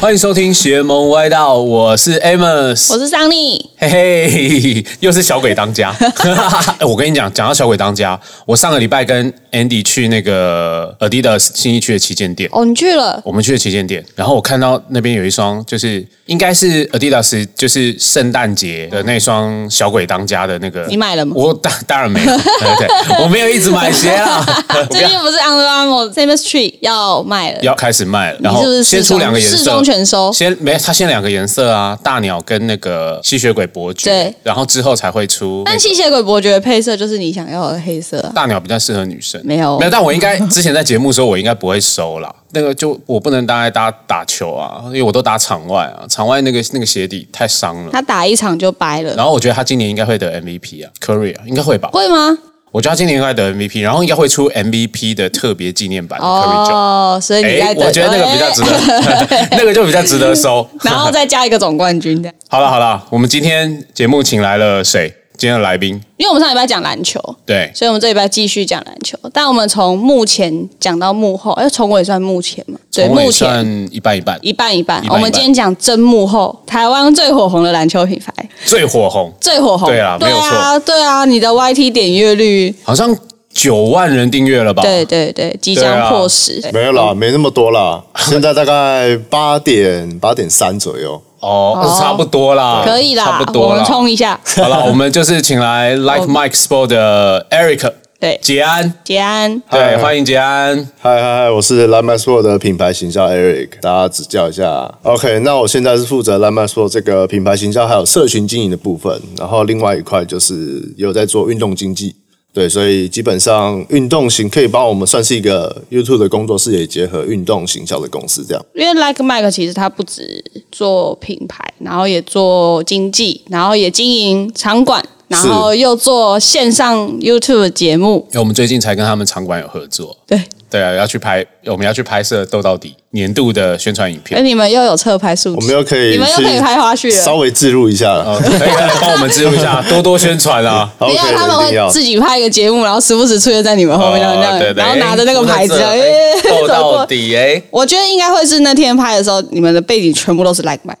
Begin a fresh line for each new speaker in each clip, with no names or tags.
欢迎收听邪门歪道，我是 Amos，
我是桑尼，
嘿嘿， 又是小鬼当家。 哎我跟你讲，讲到小鬼当家，我上个礼拜跟 Andy 去那个 Adidas 新一区的旗舰店。
哦，你去了，
我们去的旗舰店，然后我看到那边有一双，就是应该是 Adidas，就是圣诞节的那双小鬼当家的那个。
你买了吗
我当当然没有， 对对，我没有一直买鞋 啦。我不
最
要
近不是 Under Armour Famous Tree 要卖了，
要开始卖了，然
是不
后
是
先出
四中
两个颜色，
四中全收
先没，它先两个颜色啊，大鸟跟那个吸血鬼伯爵。
对，
然后之后才会出那
但
个。
吸血鬼伯爵的配色就是你想要的黑色啊。
大鸟比较适合女生，
没有
没有，但我应该 之前在节目的时候，我应该不会收啦。那个就我不能搭在搭打球啊，因为我都打场外啊，场外那个那个鞋底太伤了。
他打一场就掰了，
然后我觉得他今年应该会得 MVP 啊，Curry 啊，应该会吧？
会吗？
我觉得他今年应该得 MVP，然后应该会出 MVP 的特别纪念版的 Curry 九。
哦，所以你在
哎，
等，
我觉得那个比较值得， 那个就比较值得收。
然后再加一个总冠军的，
好了好了，我们今天节目请来了谁？今天的来宾，
因为我们上礼拜讲篮球，
对，
所以我们这礼拜继续讲篮球，但我们从幕前讲到幕后，哎，从尾算幕前嘛？对，
从尾
幕前
算一半一半，
一半一半。
一半一半
我们今天讲真幕后，台湾最火红的篮球品牌，
最火红，
最火红。
对啊没有
啊，对啊，你的 YT 点阅率，
好像九万人订阅了吧？
对对对，即将破十。
没有啦，没那么多 啦，现在大概八点八点三左右。
哦
哦，
差不多啦，
可以啦
啊差不，
我
多啦
们。哦冲一下。
好了，我们就是请来 Like Mike Sport 的 Eric
对，
杰安，
杰安，
对，
嗨
欢迎杰安。
嗨嗨嗨，我是蓝麦硕的品牌形象 Eric，大家指教一下。OK，那我现在是负责蓝麦硕这个品牌形象还有社群经营的部分，然后另外一块就是有在做运动经济。对，所以基本上运动型可以帮我们算是一个 YouTube 的工作室，也结合运动行销的公司这样。
因为 Like Mike 其实他不止做品牌，然后也做经济，然后也经营场馆，然后又做线上 YouTube 的节目。
因为我们最近才跟他们场馆有合作，
对，
对啊，要去拍，我们要去拍摄《斗到底》年度的宣传影
哎，
片。
你们又有侧拍数
我
据
们，又可以
你们又可以
去
拍花絮
稍
了。
微置入一下了。
哦可以可以帮我们记录一下，多多宣传啊。
没
OK，
有，他们
一定要
会自己拍一个节目，然后时不时出现在你们后面，
哦
然后
对对
然后拿着那个牌子，
哎
哎，
斗
走过
到底哎，
我觉得应该会是那天拍的时候，你们的背景全部都是 like m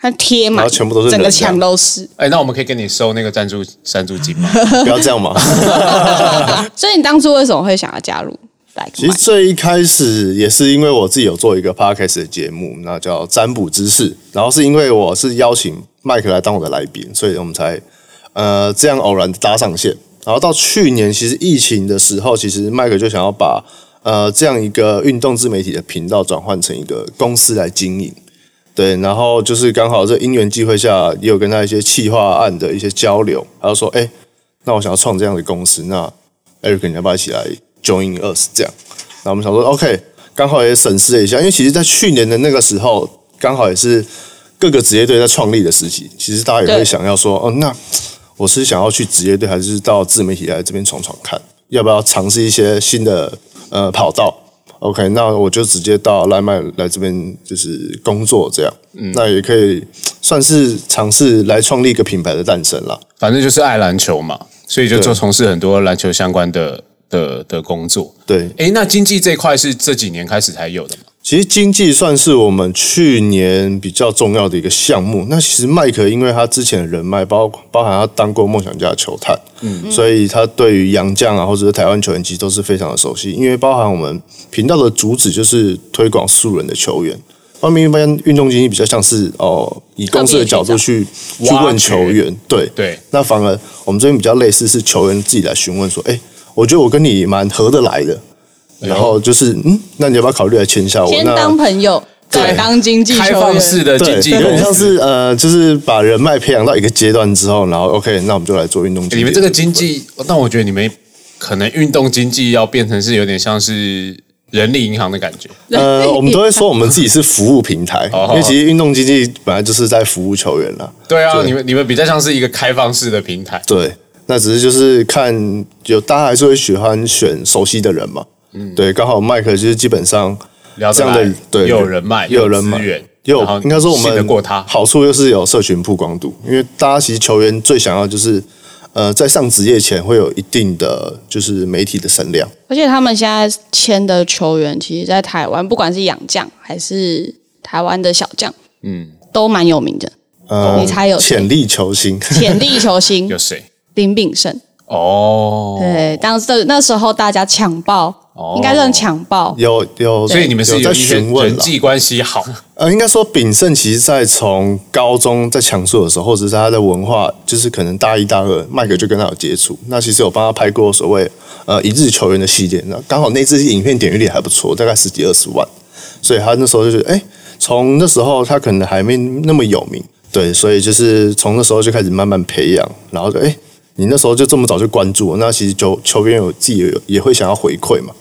它贴满，
然后全部都是
整个
人这样
墙都是。
哎，那我们可以跟你收那个赞助赞助 金吗？
不要这样嘛。
所以你当初为什么会想要加入 like
其实
m
最一开始也是因为我自己有做一个 podcast 的节目，那叫占卜知识，然后是因为我是邀请麦克来当我的来宾，所以我们才呃这样偶然地搭上线。然后到去年其实疫情的时候，其实麦克就想要把呃这样一个运动自媒体的频道转换成一个公司来经营。对，然后就是刚好这因缘际会下，也有跟他一些企划案的一些交流，他就说：“哎，那我想要创这样的公司，那 Eric 你要不要一起来 join us？” 这样，然后我们想说，OK，刚好也审视了一下，因为其实，在去年的那个时候，刚好也是各个职业队在创立的时期，其实大家也
对
会想要说，哦，那我是想要去职业队，还是到自媒体来这边闯闯看？要不要尝试一些新的呃跑道？OK，那我就直接到赖麦来这边就是工作这样，那也可以算是尝试来创立一个品牌的诞生啦。
反正就是爱篮球嘛，所以就做
对
从事很多篮球相关的的的工作。
对，
哎，那经济这一块是这几年开始才有的嘛？
其实经济算是我们去年比较重要的一个项目。那其实麦克因为他之前的人脉，包包含他当过梦想家的球探，嗯，所以他对于洋将啊，或者是台湾球员其实都是非常的熟悉。因为包含我们频道的主旨就是推广素人的球员，外面一般运动经济比较像是哦，以公司的角度去去
挖掘
问球员，对
对，
那反而我们这边比较类似是球员自己来询问说，哎，我觉得我跟你蛮合得来的。
哎
然后就是，嗯，那你要不要考虑来签下我？
先
那
当朋友，再当经济
开
球
放
员
式。的经
对，
济
有
公
点像
司。
是呃，就是把人脉培养到一个阶段之后，然后 OK，那我们就来做运动经济。
哎你们这个经济，但我觉得你们可能运动经济要变成是有点像是人力银行的感觉。
呃，我们都会说我们自己是服务平台，
哦
因为其实运动经济本来就是在服务球员啦。
对啊，
对
你们你们比较像是一个开放式的平台。
对，那只是就是看有大家还是会喜欢选熟悉的人嘛。嗯，对，刚好麦克就是基本上
聊得
这样
来
的对
又有人脉，
又有人
资
脉
源，
又
然后
应该说我
信得
们
过他。
好处就是有社群曝光度，因为大家其实球员最想要就是呃在上职业前会有一定的就是媒体的声量。
而且他们现在签的球员，其实在台湾，不管是洋将还是台湾的小将，嗯，都蛮有名的，
呃
你猜有谁
潜力球星，
潜力球星
有谁？
林炳胜。
哦，
对，当时那时候大家抢爆，
哦
应该算抢爆。
有有，
所以你们是
有在
一些
询问啊
人
啦
际关系好，
呃，应该说炳胜其实在从高中在强硕的时候，或者是他的文化，就是可能大一大二，麦克就跟他有接触。那其实有帮他拍过所谓呃一日球员的系列，那刚好那支影片点阅率还不错，大概十几二十万，所以他那时候就觉得，哎、从那时候他可能还没那么有名，对，所以就是从那时候就开始慢慢培养，然后就哎、你那时候就这么早就关注我，那其实球球员有自己有也会想要回馈嘛，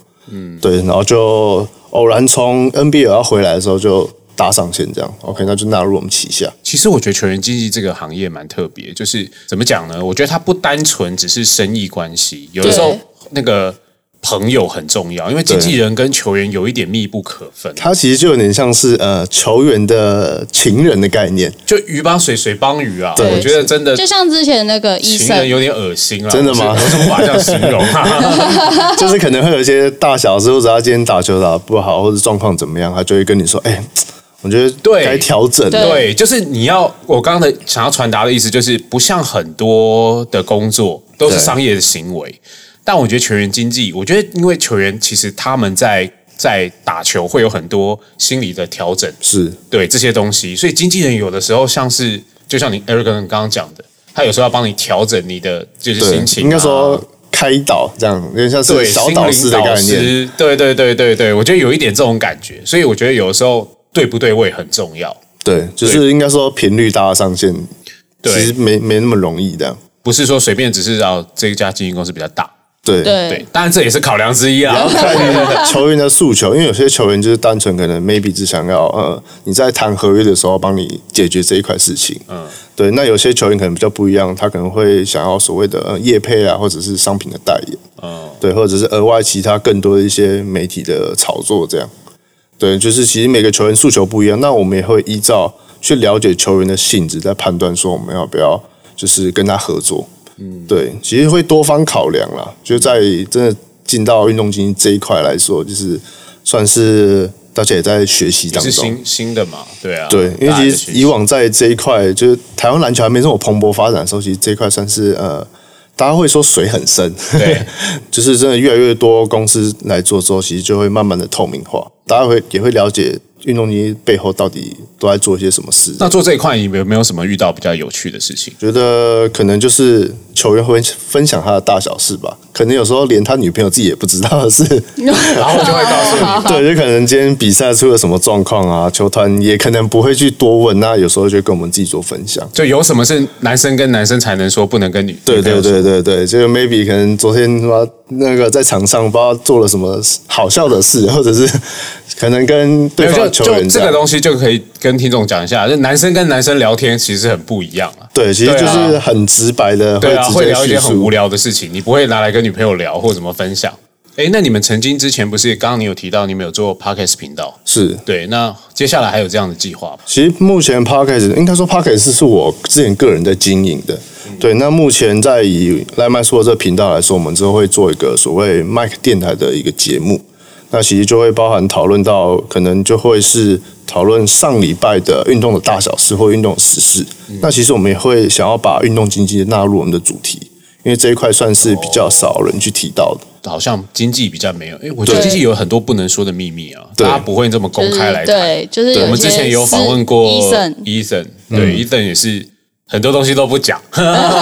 对，然后就偶然从 NBA 要回来的时候就打上线这样，OK，那就纳入我们旗下。
其实我觉得球员经纪这个行业蛮特别，就是怎么讲呢？我觉得它不单纯只是生意关系，有的时候
对
那个朋友很重要，因为经纪人跟球员有一点密不可分。
它其实就有点像是呃球员的情人的概念，
就鱼帮水，水帮鱼啊！
对
我觉得真的
就像之前那个医
情人
生，
有点恶心啊！
真的吗
我是我是无法这样形容 啊。
就是可能会有一些大小事，或者他啊今天打球打得不好，或者状况怎么样，他就会跟你说：“哎、我觉得
对
该调整了。
对，就是你要我刚刚的想要传达的意思，就是不像很多的工作都是
对
商业的行为，但我觉得球员经济，我觉得因为球员其实他们在在打球会有很多心理的调整，
是
对这些东西，所以经纪人有的时候像是就像你 Eric 刚刚讲的，他有时候要帮你调整你的就是心
对，
情啊、
嗯应该说开导这样，有点像是
对
小
心
导
灵
师的概念。
师对对对对对，我觉得有一点这种感觉，所以我觉得有的时候对不对位很重要。
对，就是应该说频率搭上线，其
对
实没没那么容易这样。
不是说随便只是要这一家经纪公司比较大，
对
对
对，，
当然这也是考量之一 啊。
看球员的诉求，因为有些球员就是单纯可能 maybe 只想要呃你在谈合约的时候帮你解决这一块事情，嗯，对。那有些球员可能比较不一样，他可能会想要所谓的呃业配啊，或者是商品的代言，嗯，对，或者是额外其他更多的一些媒体的炒作这样。对，就是其实每个球员诉求不一样，那我们也会依照去了解球员的性质，在判断说我们要不要就是跟他合作。嗯，对，其实会多方考量啦，就在真的进到运动经济这一块来说，就是算是大家也在学习
也
当
是
中。
新新的嘛，对啊，
对，因为
大家
其
的
实
学习
以往在这一块，就是台湾篮球还没这么蓬勃发展的时候，其实这一块算是呃，大家会说水很深，
对，
就是真的越来越多公司来做之后，其实就会慢慢的透明化，大家会也会了解运动机背后到底都在做些什么事。
那做这一块你们有没有什么遇到比较有趣的事情？
觉得可能就是球员会分享他的大小事吧，可能有时候连他女朋友自己也不知道的事，
然后我就会告诉你，
对，就可能今天比赛出了什么状况啊，球团也可能不会去多问，那有时候就跟我们自己做分享。
就有什么是男生跟男生才能说，不能跟女
对
女朋
对
友说
对对对，就是 maybe 可能昨天他妈那个在场上不知道做了什么好笑的事，或者是可能跟对方
就
的球员
就这
样
个东西就可以跟听众讲一下，就男生跟男生聊天其实很不一样啊。
对，其实
对
就
啊
是很直白的，
对啊，
直
会
接
聊一
叙
些很无
述。
聊的事情，你不会拿来跟女朋友聊或怎么分享。哎，那你们曾经之前不是刚刚你有提到你们有做 podcast 频道？
是，
对，那接下来还有这样的计划吗？
其实目前 Podcast 应该说 Podcast 是我之前个人在经营的。对，那目前在以赖麦说的这个频道来说，我们之后会做一个所谓麦克电台的一个节目。那其实就会包含讨论到，可能就会是讨论上礼拜的运动的大小事或运动的时事。那其实我们也会想要把运动经济纳入我们的主题，因为这一块算是比较少人去提到的。
好像经济比较没有，哎，我觉得
对
经济有很多不能说的秘密啊，
对
大家不会这么公
就是
开来谈。
对，就是
我们之前有访问过
医 生，
Ethan，对，Ethan 也是很多东西都不讲，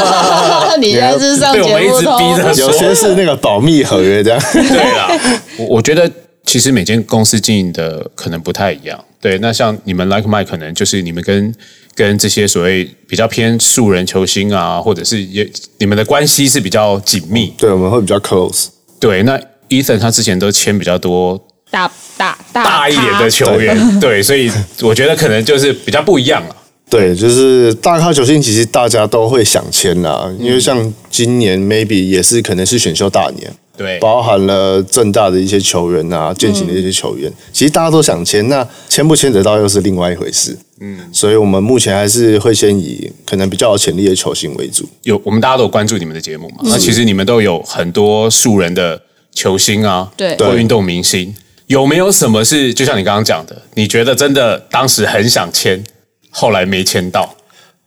你现在是上
啊被我
节
们一
目
直
都
逼着
有
说。
些是那个保密合约这样。
对啦， 我我觉得其实每间公司经营的可能不太一样。对，那像你们 Like My 可能就是你们跟跟这些所谓比较偏素人球星啊，或者是也你们的关系是比较紧密。
对，我们会比较 close。
对，那 Ethan 他之前都签比较多
打打打
大一点的球员，对，所以我觉得可能就是比较不一样了。
对，就是大咖球星，其实大家都会想签啦，因为像今年 maybe 也是可能是选秀大年，
对，
包含了正大的一些球员啊，践行的一些球员，其实大家都想签，那签不签得到又是另外一回事。嗯，所以我们目前还是会先以可能比较有潜力的球星为主。
有我们大家都有关注你们的节目嘛，
嗯
那其实你们都有很多素人的球星啊，
对
或运动明星。有没有什么是就像你刚刚讲的，你觉得真的当时很想签，后来没签到？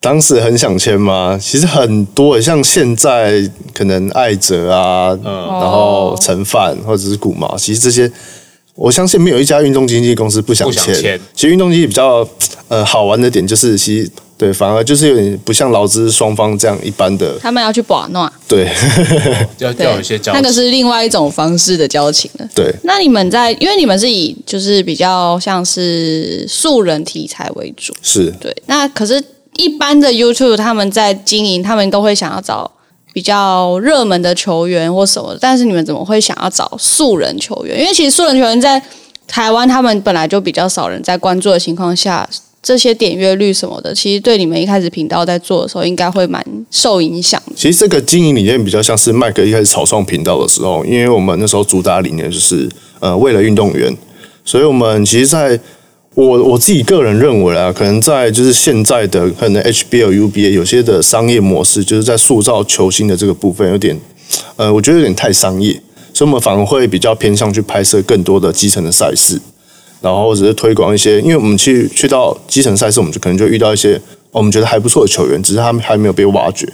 当时很想签吗？其实很多，像现在可能艾哲啊，
哦
然后陈范或者是古毛，其实这些我相信没有一家运动经纪公司不想
不想
签
签。
其实运动经纪比较呃好玩的点就是，其实对，反而就是有点不像劳资双方这样一般的
他们要去把弄，啊
对
要
对，
要有一些交集
那个是另外一种方式的交情了。
对。
那你们在，因为你们是以就是比较像是素人题材为主，
是，
对。那可是，一般的 YouTube 他们在经营，他们都会想要找比较热门的球员或什么的，但是你们怎么会想要找素人球员？因为其实素人球员在台湾，他们本来就比较少人在关注的情况下。这些点阅率什么的，其实对你们一开始频道在做的时候，应该会蛮受影响的。
其实这个经营理念比较像是麦克一开始草创频道的时候，因为我们那时候主打理念就是呃为了运动员，所以我们其实在我我自己个人认为啊，可能在就是现在的可能 HBL、UBA 有些的商业模式，就是在塑造球星的这个部分有点呃，我觉得有点太商业，所以我们反而会比较偏向去拍摄更多的基层的赛事，然后或者是推广一些，因为我们去去到基层赛事，我们就可能就遇到一些呃我们觉得还不错的球员，只是他们还没有被挖掘。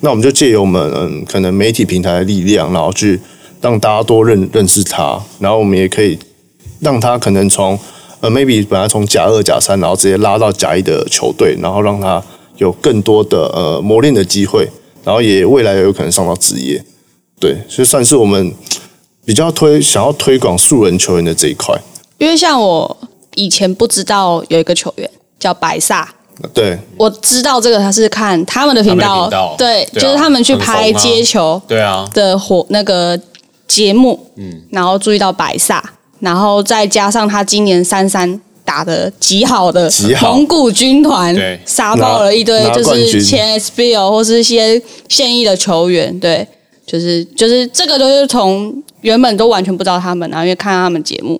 那我们就借由我们嗯可能媒体平台的力量，然后去让大家多认认识他，然后我们也可以让他可能从呃 maybe 本来从甲二、甲三，然后直接拉到甲一的球队，然后让他有更多的呃磨练的机会，然后也未来也有可能上到职业，对，所以算是我们比较推想要推广素人球员的这一块，
因为像我以前不知道有一个球员叫白萨，
对，
我知道这个他是看哦他们的频
他
道，
们的频道
对，
对啊
就是他们去
很
拍
疯啊
接球
对啊，
的火那个节目，嗯，然后注意到白萨，然后再加上他今年三三。打的极好的
极好
蒙古军团
对
杀爆了一堆
拿拿
就
冠
是
军
前 SBL 或是一些现役的球员，对，就是就是这个都是从原本都完全不知道他们，然啊后因为看他们节目，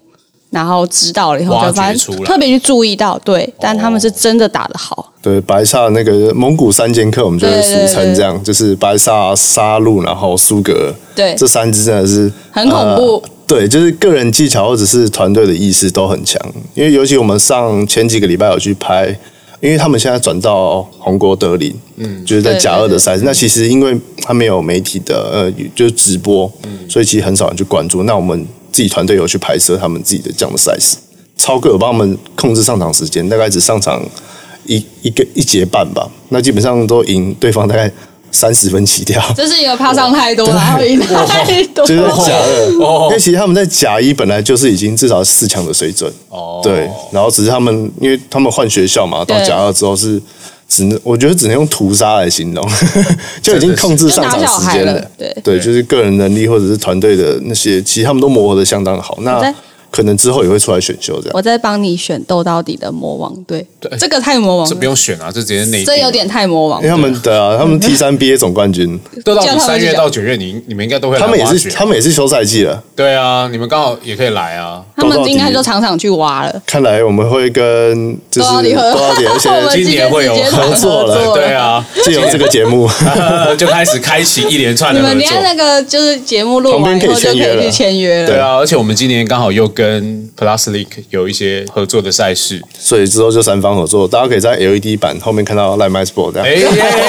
然后知道了以后
挖
就
掘
发
出
现
来
特别去注意到，
哦
对，但他们是真的打得好，
对白萨那个蒙古三剑客，我们就会俗称这样，就是白萨、杀戮，然后苏格尔，
对
这三支真的是
很恐怖
呃对，就是个人技巧或者是团队的意识都很强。因为尤其我们上前几个礼拜有去拍，因为他们现在转到红国德林，嗯，就是在甲二的赛事。那其实因为他没有媒体的呃，就是直播，所以其实很少人去关注。那我们自己团队有去拍摄他们自己的这样的赛事，超哥有帮他们控制上场时间，大概只上场一一个一节半吧。那基本上都赢对方大概三十分起跳。
这是一个怕上太多了， 然后赢太 多，
就是假二，
哦
因为其实他们在甲一本来就是已经至少四强的水准，
哦
对，然后只是他们因为他们换学校嘛，到
对
甲二之后是只能我觉得只能用屠杀来形容， 就已经控制上场时间
就打小孩了对
对，就是个人能力或者是团队的那些，其实他们都磨合的相当好。
在
那可能之后也会出来选秀这样。
我在帮你选斗到底的魔王队，这个太魔王
这不
了，
用选啊，这直接内定
这有点太魔王
因为。他们对啊，他们 T 三 BA 总冠军，
都到
叫他们
三
去
月
讲
到九月，你你们应该都会来
他们也
挖
是
掘。
他们也是休赛季了。
对啊，你们刚好也可以来啊。
他们应该就常常去挖了，
看来我们会跟就是
斗到底合
多少点，而
我们
且
今年会有
直接直接
合作了
合作
对啊，
借由这个节目。
就开始开启一连串
你
的哎
们
合
连
作。
那个就是节目录完以后就可以去签约了。
对啊，而且我们今年刚好又跟 Plus League 有一些合作的赛事。
所以之后就三方合作，大家可以在 LED 版后面看到 Live My Sport 这样。
哎，哎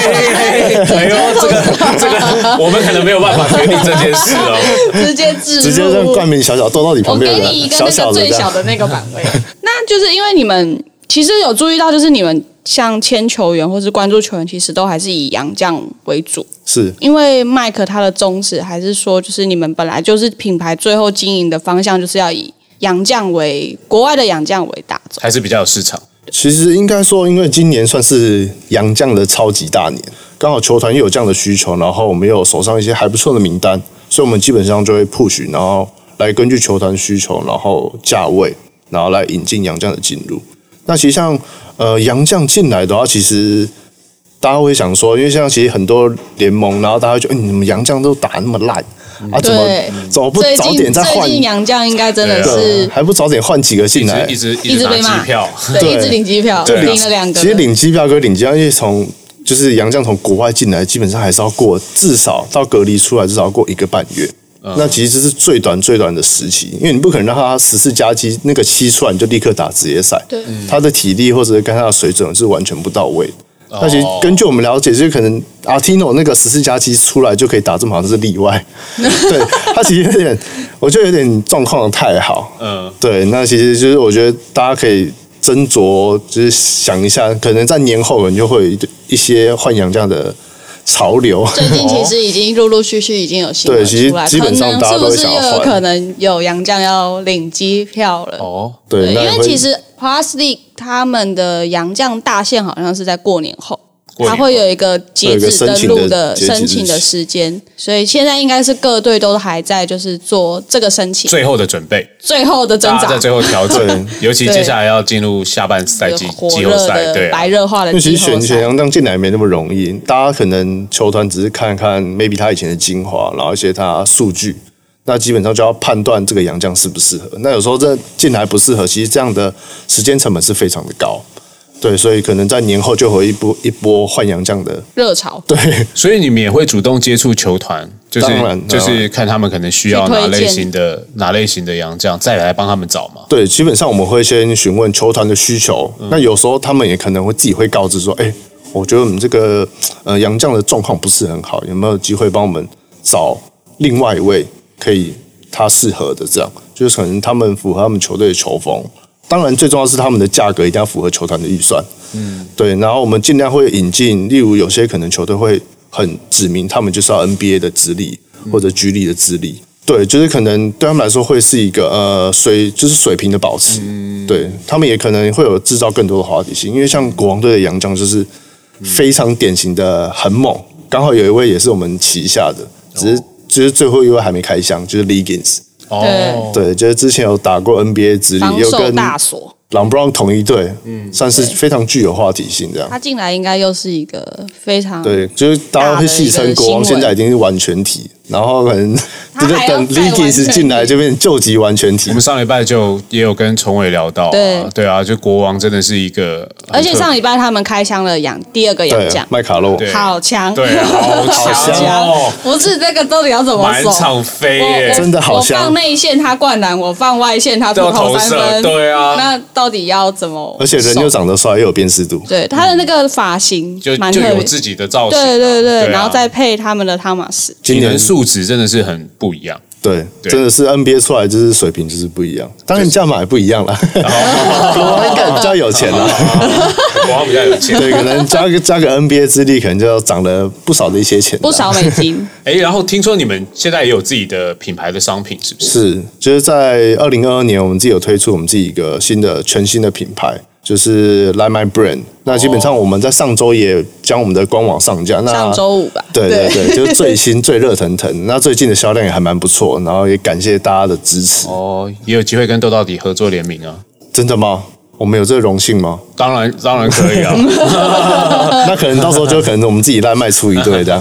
哎哎哎呦，这个这个，我们可能没有办法决定这件事哦。
直接置入，
直接让冠名小小斗到你
我
旁边
给
的
你一
人，
个那
小
个
的
最
这
小
样。
的那个版位。 那就是因为你们其实有注意到，就是你们像签球员或是关注球员，其实都还是以洋将为主。
是
因为麦克他的宗旨还是说，就是你们本来就是品牌最后经营的方向，就是要以洋将为国外的洋将为大宗。
还是比较有市场，
其实应该说，因为今年算是洋将的超级大年，刚好球团又有这样的需求，然后我们又有手上一些还不错的名单，所以我们基本上就会 push，然后来根据球团需求，然后价位，然后来引进洋将的进入。那其实像呃洋将进来的话，其实大家会想说，因为像其实很多联盟，然后大家会觉得，哎、你们洋将都打那么烂啊，怎么
对
怎么不
最
早
近
点再
最
换？
近洋将应该真的
对，
是
还不早点换几个
一
进来
直？一直
一
直
直
拿
被骂
机票，
对，一直领机票，
啊对，啊
领了两个。
其实领机票跟领机票，因为从就是杨绛从国外进来，基本上还是要过至少到隔离出来至少要过一个半月。那其实这是最短最短的时期，因为你不可能让他十次加击那个七出来你就立刻打职业赛，
对
他的体力或者跟他的水准是完全不到位的。那其实
哦
根据我们了解，就是可能阿提诺那个十四加七出来就可以打这么好，这是例外。 对他其实有点，我觉得有点状况太好。
嗯
对，那其实就是我觉得大家可以斟酌，就是想一下，可能在年后可能就会有一一些换洋这样的潮 流。
最近其实已经陆陆续续已经有新
对
闻
其实
出来，
基
可
本上
能
大家
是
都
不
会
是
想要
又有
换
可能有洋将要领机票了？
哦，
对，那
因
也
为
会
其实 Plus League 他们的洋将大限好像是在过年后，
过年
它
后
会有一个截止登录的
会有一个
申
申
请
请
的
的
时间，所以现在应该是各队都还在就是做这个申请
最后的准备，
最后的挣
大家
扎
在，最后调整，尤其接
对
下来要进入下半赛
这
季
个火
季后
热
赛，对
的
啊
白热化的
因为其
季
实选
后
选
赛。
洋将进来也没那么容易，哎大家可能球团只是看看 maybe 呃他以前的精华，然后一些他数据，那基本上就要判断这个洋将适不适合。那有时候这进来不适合，其实这样的时间成本是非常的高。对，所以可能在年后就会一波一波换洋将的，
热潮，
对，
所以你们也会主动接触球团，就是
当然
就是看他们可能需要
去推
哪类
荐
型的哪类型的洋将，再来帮他们找嘛。
对，基本上我们会先询问球团的需求，那有时候他们也可能会自己会告知说，哎，我觉得我们这个呃杨将的状况不是很好，有没有机会帮我们找另外一位可以他适合的？这样就是可能他们符合他们球队的球风，当然最重要的是他们的价格一定要符合球团的预算。嗯，对，然后我们尽量会引进，例如有些可能球队会很指明他们就是要 NBA 的资历
嗯
或者 G 力的资历。对，就是可能对他们来说会是一个呃水，就是水平的保持。
嗯
对他们也可能会有制造更多的话题性，因为像国王队的杨将就是非常典型的很猛，刚好有一位也是我们旗下的，只
哦
是就是最后一位还没开箱，就是 Legins。
哦，
对，就是之前有打过 NBA 之
防
力，又
守
跟
大锁，
朗布朗同一队，嗯，算是非常具有话题性这样。
他进来应该又是一个非常
对，就是大家会戏称国王现在已经是完全体，然后可能
他
就
还要
等
再完全
Legins 进来就变成救急完全体
我们。上礼拜就也有跟崇伟聊到、啊，
对
对啊，就国王真的是一个很特别，
而且上礼拜他们开箱了杨第二个杨
对
将，，
麦卡洛，
对
好强，
对好
强
哦
不是这个到底要怎么
满
守？
场飞耶、
真的好香
我放内线他灌篮，我放外线他
都要
不
投
三
射
分，
对啊
那到底要怎么？
而且人又，长得帅，又有辨识度。
对他的那个发型
就
蛮特
就有
别，
自己的造型啊、
对对对，
啊
然后再配他们的汤马斯，
体能素质真的是很不一样。
对，
对
真的是 NBA 出来就是水平就是不一样，当然价码也不一样啦。国
哦
王应该比较有钱啦，
国王比较有钱，
对，可能加个加个 NBA 资历，可能就要涨了不少的一些钱啦。
不少美金，
哎，然后听说你们现在也有自己的品牌的商品，是不是？
是，就是在二零二二年，我们自己有推出我们自己一个新的全新的品牌，就是 Like My Brand。那基本上我们在上周也将我们的官网上架。那
上周 五吧，
对对对，就是最新最热腾腾。 那最近的销量也还蛮不错，然后也感谢大家的支持。
哦，也有机会跟豆到底合作联名啊。
真的吗？我们有这个荣幸吗？
当然，当然可以啊。呃
那可能到时候就可能我们自己来卖出一对 这样，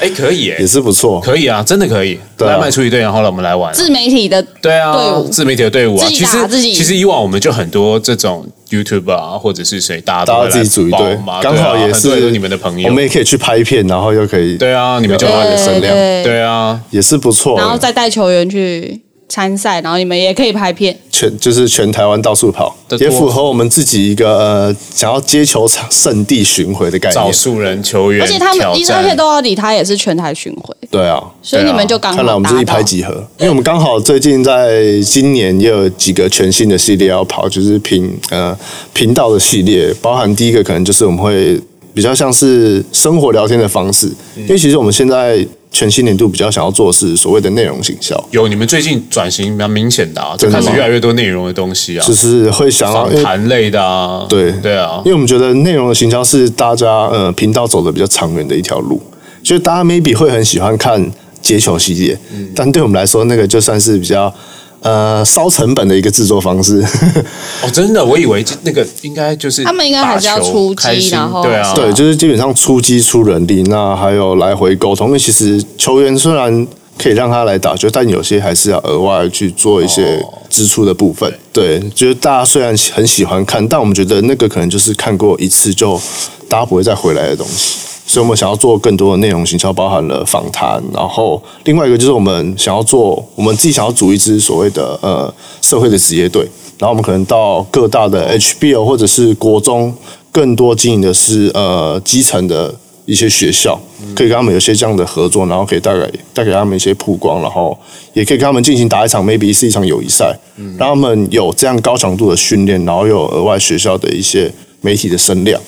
哎，可以哎
也，是不错。
可以啊，真的可以。
对啊
来卖出一队，然后来我们来玩。
自媒体 的
对啊，
队伍
自媒体的队伍啊，
自己
其
打
实
自己
其实以往我们就很多这种 YouTube 啊，或者是谁，大家都
大
会
家自己
来
组一队
帮嘛，
刚好
对啊
也
很多人都是
是
你们的朋友
我，们也可以去拍片，然后又可以，
对啊，你们就
有
会
它的声量
对
对啊，
也是不错。
然后再带球员去参赛，然后你们也可以拍片，
全就是全台湾到处跑
的，多
也符合我们自己一个呃想要接球场圣地巡回的概
找
念。
素人球员，
而且他们
挑
伊
战
而且豆奥底他也是全台巡回，
对啊，
所以你们就刚好
看来我们是一
达到
拍即合，因为我们刚好最近在今年也有几个全新的系列要跑，就是频呃频道的系列，包含第一个可能就是我们会比较像是生活聊天的方式，
嗯
因为其实我们现在全新年度比较想要做的是所谓的内容行销。
有你们最近转型蛮明显的啊，就
真的
开
吗
始越来越多内容的东西啊，
就是会想要，
访
因为
谈类的啊，
对
对啊
因，为我们觉得内容的行销是大家呃频道走的比较长远的一条路，所以大家 maybe 会很喜欢看接球系列，但对我们来说，那个就算是比较呃烧成本的一个制作方式。
哦，真的，我以为这那个应该就是
他们应该还是要
打球
出击
开心
然后
对啊，
对，就是基本上出击出人力，那还有来回沟通。因为其实球员虽然可以让他来打球，但有些还是要额外去做一些
哦
支出的部分。对，就是大家虽然很喜欢看，但我们觉得那个可能就是看过一次就大家不会再回来的东西。所以我们想要做更多的内容行销，包含了访谈，然后另外一个就是我们想要做，我们自己想要组一支所谓的呃社会的职业队，然后我们可能到各大的 HBO 或者是国中，更多经营的是呃基层的一些学校，可以跟他们有些这样的合作，然后可以带给带给他们一些曝光，然后也可以跟他们进行打一场 maybe 是一场友谊赛，让他们有这样高强度的训练，然后又有额外学校的一些媒体的声量。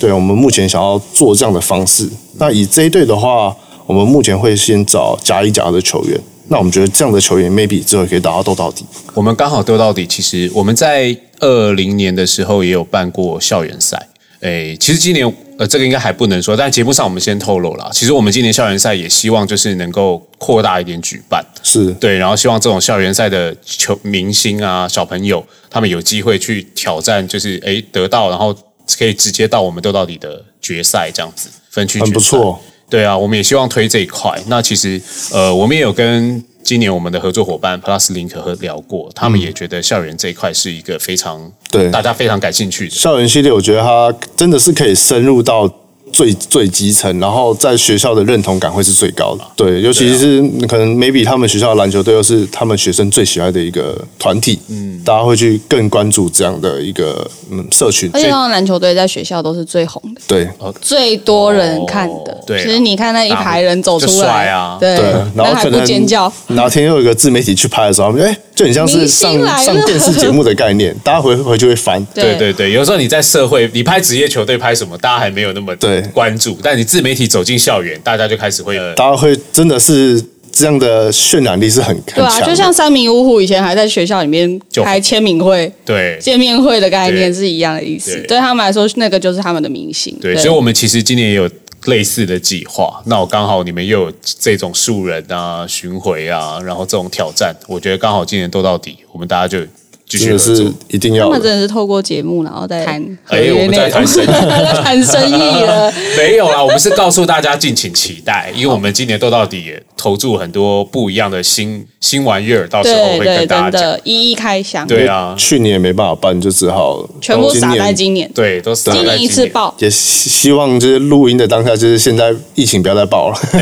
对我们目前想要做这样的方式。那以这一队的话，我们目前会先找甲一甲二的球员。那我们觉得这样的球员 maybe 之后可以打到斗到底。
我们刚好丢到底。其实我们在二零年的时候也有办过校园赛。诶，其实今年呃，这个应该还不能说，但节目上我们先透露了。其实我们今年校园赛也希望就是能够扩大一点举办，
是
对，然后希望这种校园赛的球明星啊、小朋友，他们有机会去挑战，就是诶得到，然后可以直接到我们斗到底的决赛这样子分区决赛，
很不错。
对啊，我们也希望推这一块。那其实呃，我们也有跟今年我们的合作伙伴 Plus Link 和聊过，他们也觉得校园这一块是一个非常
对
大家非常感兴趣的。
校园系列，我觉得它真的是可以深入到最最基层，然后在学校的认同感会是最高的。对，啊尤其是可能 maybe 他们学校的篮球队又是他们学生最喜爱的一个团体，嗯，大家会去更关注这样的一个嗯社群。
而且他们篮球队在学校都是最红的，
对
最多人看的。
对啊
其实你看那一排人走出
就帅
来，
啊
对
对，然后
那还
可
不
能
尖叫，
哪天又有一个自媒体去拍的时候，他们就哎，就很像是
明星
上
来了
上电视节目的概念，大家回回去会翻。
对对对，有时候你在社会，你拍职业球队拍什么，大家还没有那么
对
关注，但你自媒体走进校园，大家就开始会呃
大家会真的是这样的渲染力是很很
对
强
啊，
的。
就像三明五虎以前还在学校里面
就
开签名会、
对
见面会的概念
对
是一样的意思。
对
对他们来说，那个就是他们的明星。
对，所以我们其实今年也有类似的计划。那我刚好你们又有这种素人啊、巡回啊，然后这种挑战，我觉得刚好今年斗到底，我们大家就继
真
续
的
合作
是。一定
他
要
们
的。
真的是透过节目，然后再谈合
哎我
约
们
内
在
容，
谈生意
谈生意了。
没有啦，我们是告诉大家敬请期待，因为我们今年斗到底也投注很多不一样的新新玩意儿，到时候
对
会
对，
跟大家
真
讲。
的，一一开箱，
对啊，
去年也没办法办，就只好哦
全部撒在
年
今年，
对，都是
今年一次。爆。
也希希望就是录音的当下，就是现在疫情不要再爆 了。
哎，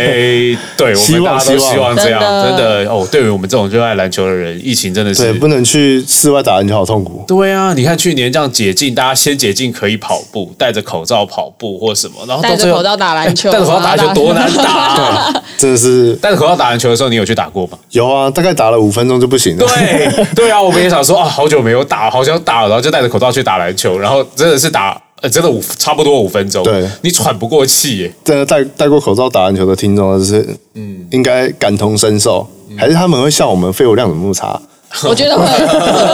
对，我
希
们
望
大家都
希望
希望这样，真
真的
的哦。对于我们这种热爱篮球的人，疫情真的
对，
是
不能去室外打篮球，好痛苦。
对啊，你看去年这样解禁，大家先解禁可以跑步，戴着口罩跑步或什么，然哦后到
戴着
最后
口罩打篮球，啊
戴着口罩打篮球多难打、 啊。
真的是
戴着口罩打篮球的时候，你有去打过吗？
有啊，大概打了五分钟就不行了。
对对啊，我们也想说啊，好久没有打，好想打了，然后就戴着口罩去打篮球，然后真的是打，呃，真的五差不多五分钟，
对
你喘不过气耶。
真的戴戴过口罩打篮球的听众，就是嗯，应该感同身受，
嗯
还是他们会笑我们肺活量怎么那么差？
我觉得会。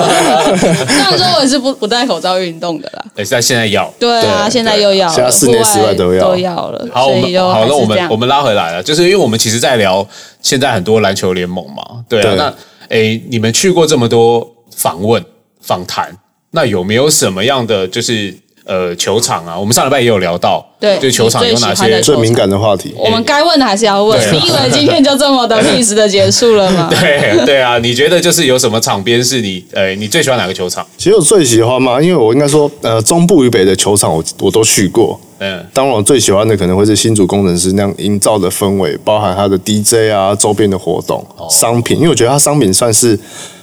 虽然说我也是不不戴口罩运动的啦，
哎，但现在要
对啊，
对
现在
对
又要了，
现在室内室外都要
要都要了，
好，我
所
们
以就
好，
还
那
是
我
这样
们我们拉回来了，就是因为我们其实在聊现在很多篮球联盟嘛，对啊，
对
那诶，你们去过这么多访问访谈，那有没有什么样的就是呃球场啊？我们上礼拜也有聊到，
对
就球场有哪
你最喜
些
欢 的？
最敏感的话题，
我们该问的还是要问
对啊。
你以为今天就这么的 peace 的结束了吗？
对对啊，你觉得就是有什么场边是你呃你最喜欢哪个球场？
其实我最喜欢嘛，因为我应该说，呃，中部以北的球场我我都去过，
嗯，
当然，我最喜欢的可能会是新竹工程师那样营造的氛围，包含它的 DJ 啊、周边的活动、
哦
商品，因为我觉得它商品算是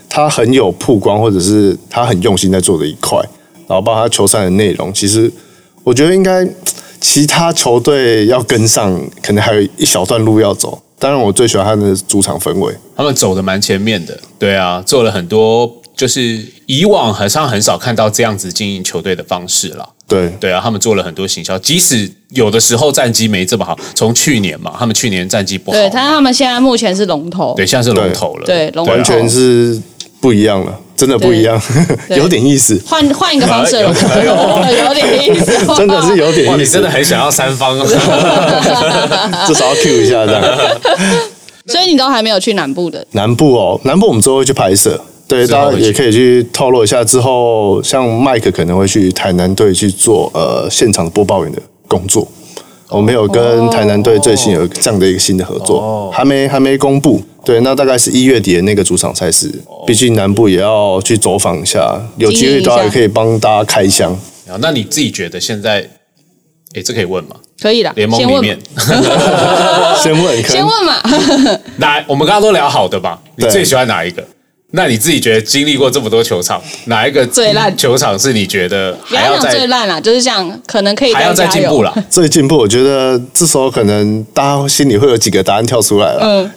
它很有曝光，或者是它很用心在做的一块。然后包括它球赛的内容，其实我觉得应该其他球队要跟上，可能还有一小段路要走。当然，我最喜欢它的主场氛围，
他们走的蛮前面的，对啊，做了很多就是以往好像很少看到这样子经营球队的方式了。
对，
对啊，他们做了很多行销，即使有的时候战绩没这么好，从去年嘛，他们去年战绩不好，
对，但他们现在目前是龙头，
对，现在是龙头了，
对龙头
啊
完全是不一样了，真的不一样，
对
有点意思，
换换一个方式，龙头
哎呦哎
有点意思，
真的是有
哇，
点意
你
思
真，的很想要三方，啊
至少要 Q 一下这样。
所以你都还没有去南部的，
南部哦，南部我们之后会去拍摄，对，
之后
大
会
家
去
也可以去透露一下。之后像麦克可能会去台南队去做呃现场播报员的工作，我们有跟台南队最新有这样的一个新的合作，
哦
还没还没公布。对，那大概是一月底的那个主场赛事，
哦
毕竟南部也要去走访一下，有机
经
会
营一下
大家也可以帮大家开箱。
那你自己觉得现在，哎，这可以问吗？
可以啦，
联盟
先
里
问
面
嘛，
先问，可
先
能
问嘛，
哪？我们刚刚都聊好的吧？你
对
最喜欢哪一个？那你自己觉得经历过这么多球场，哪一个
最烂
球场是你觉得
不
还
要
要
讲最
再
烂啦，就是讲可能可以
还要再
加
进
油
步。了？
最进步，我觉得这时候可能大家心里会有几个答案跳出来了，
嗯，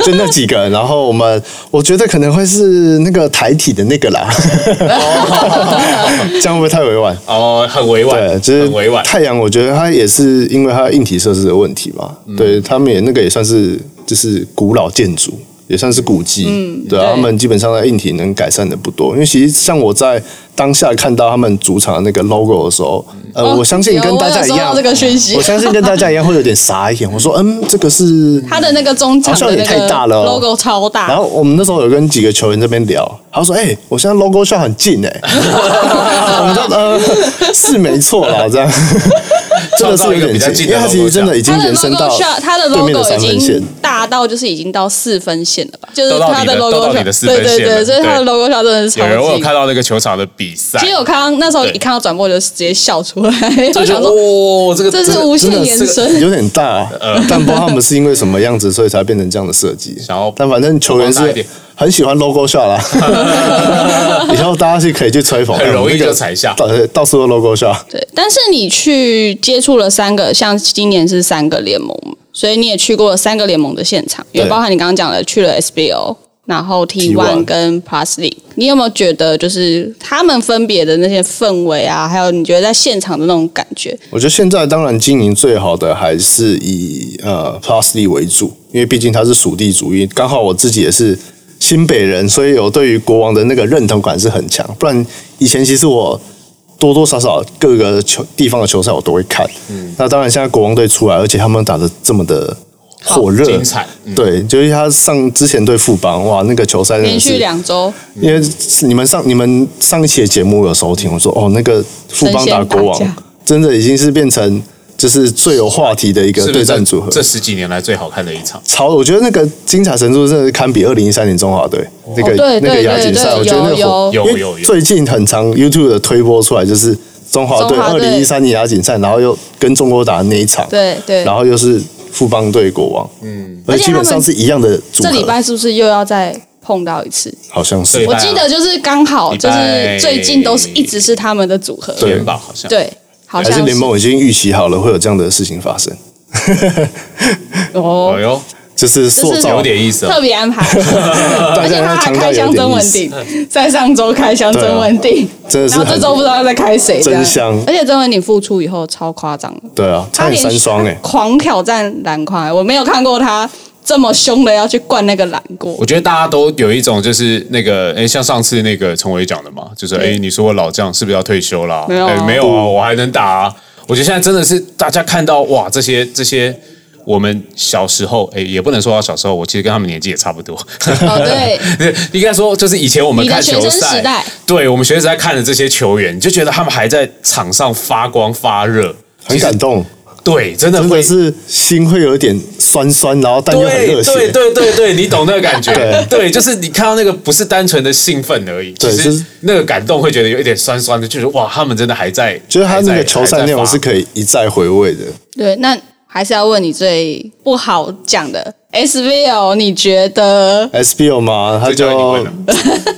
就那几个。然后我们，我觉得可能会是那个台体的那 个啦，这样会不会太委婉？
哦，很委
对，
婉，
就是
很委 婉。
太阳，我觉得它也是因为它硬体设施的问题嘛，
嗯
对他们也那个也算是就是古老建筑，也算是古迹，对啊，
嗯对
他们基本上在硬体能改善的不多，因为其实像我在当下看到他们主场的那个 logo 的时候，呃，
哦
我相信
有
跟
我
大
有
家一
收
样
到这，个讯息
我，相信跟大家一样会有点傻眼，我说嗯，这个是
他的那个中场
好像
的
有
那
点太大
个
了哦
logo 超
然
大，
后我们那时候有跟几个球员这边聊，他说：“哎、我现在 logo shot 很近哎、 我们说：“呃， 是没错啦，这样真
创
的是有点
造一个比较近
近，
的
因为他其
logo
实
shot
真的已经
他的
延伸
logo
到
shot，他的
对面的
logo
三
已
分线
经。大到就是已经到四分线了吧？就是
都到
他
你的都
logo
到
shot，
你的四分
对对
线了
对，所以他
对
的 logo shot 真的是超
有人我有
级。
看到那个球场的比赛，
其实我看到那时候
对
一看到转播，我就直接笑出来，
就
我
觉
想
得
说
哦，这个
这是
个
无限
真的
延
这个
伸
有点大，啊但不知道他们是因为什么样子，所以才变成这样的设计。
呃 想要
但反正球员
放大一
是
点
很喜欢 logo shot 啦，以后大家去可以去吹捧，
很容易
哎我们那
就
个
踩下
到到处都 logo shot。
对，但是你去接触了三个，像今年是三个联盟嘛，所以你也去过了三个联盟的现场，也
对
包含你刚刚讲的去了 SBO，然后 T
T1
One 跟 Plus League，你有没有觉得就是他们分别的那些氛围啊，还有你觉得在现场的那种感觉？
我觉得现在当然经营最好的还是以呃 Plus D 为主，因为毕竟它是属地主义。刚好我自己也是新北人，所以有对于国王的那个认同感是很强。不然以前其实我多多少少各个球地方的球赛我都会看。
嗯
那当然现在国王队出来，而且他们打的这么的火热，
精彩，嗯
对，就是他上之前对富邦，哇，那个球赛真的
连续
是
两周，
因为你们上你们上一期的节目有收听，我说哦，那个富邦打国
神仙打
王
架，
真的已经是变成就是最有话题的一个
是不
对
是
战组合。
这这十几年来最好看的一场。
超，我觉得那个精彩程度真的是堪比二零一三年中华队那个、
哦对
那个
对
亚
对
锦赛，我
对，
觉得那
有
个火。
有。
有
因为
有有，
最近很长 YouTube 的推播出来就是中华队
中华
二
队
零一三年亚锦赛，然后又跟中国打的那一场，
对对
然后又是富邦对国王，嗯，而
而
且
且
基本
他
上
们
是一样的组
这礼
合，
拜是不是又要再碰到一次？
好像是
对
我
礼拜啊
记得就是刚好就
礼拜
是最近都是一直是他们的组合，
对
天吧好像，
对，好
还
像
是联盟已经预期好了会有这样的事情发生，
哦
哎，
哦
呦，
就是塑
就是
造
有点意思哦
特。别安 排，
大
而且
家
他
要
还
强调
开
有
箱曾
点意
文
思，啊
鼎，在上周开箱曾文鼎，
真的是
然后这
很
周不知道在开谁，
真
这样
香
而且曾文鼎复出以后超夸张的，
对啊，
他
差点
连
三双 哎、
狂挑战篮筐、欸我没有看过他这么凶的要去灌那个篮过
我。觉得大家都有一种就是那个，哎，像上次那个陈伟讲的嘛，就是哎，
对
诶你说我老将是不是要退休啦？
没有啊
诶没有啊，我还能打啊。我觉得现在真的是大家看到哇，这些这些，我们小时候哎，也不能说到小时候，我其实跟他们年纪也差不多。
哦，对，
应该说就是以前我们
你的
看
学
球
生
赛
时，代，
对我们学生时代看的这些球员，你就觉得他们还在场上发光发热，
很感动，
对，真的
真
会
的是心会有一点酸酸，然后但又很热
对
血，
对对对对，你懂那个感觉，
对
对，就是你看到那个不是单纯的兴奋而已，
对
其
就
实
是
那个感动会觉得有一点酸酸的，就是哇，他们真的还在，
就是他那个球赛内容是
以
可以一再回味的。
对，那还是要问你最不好讲的 SVL，你觉得
SBO 嘛，他
这就要你问
就
了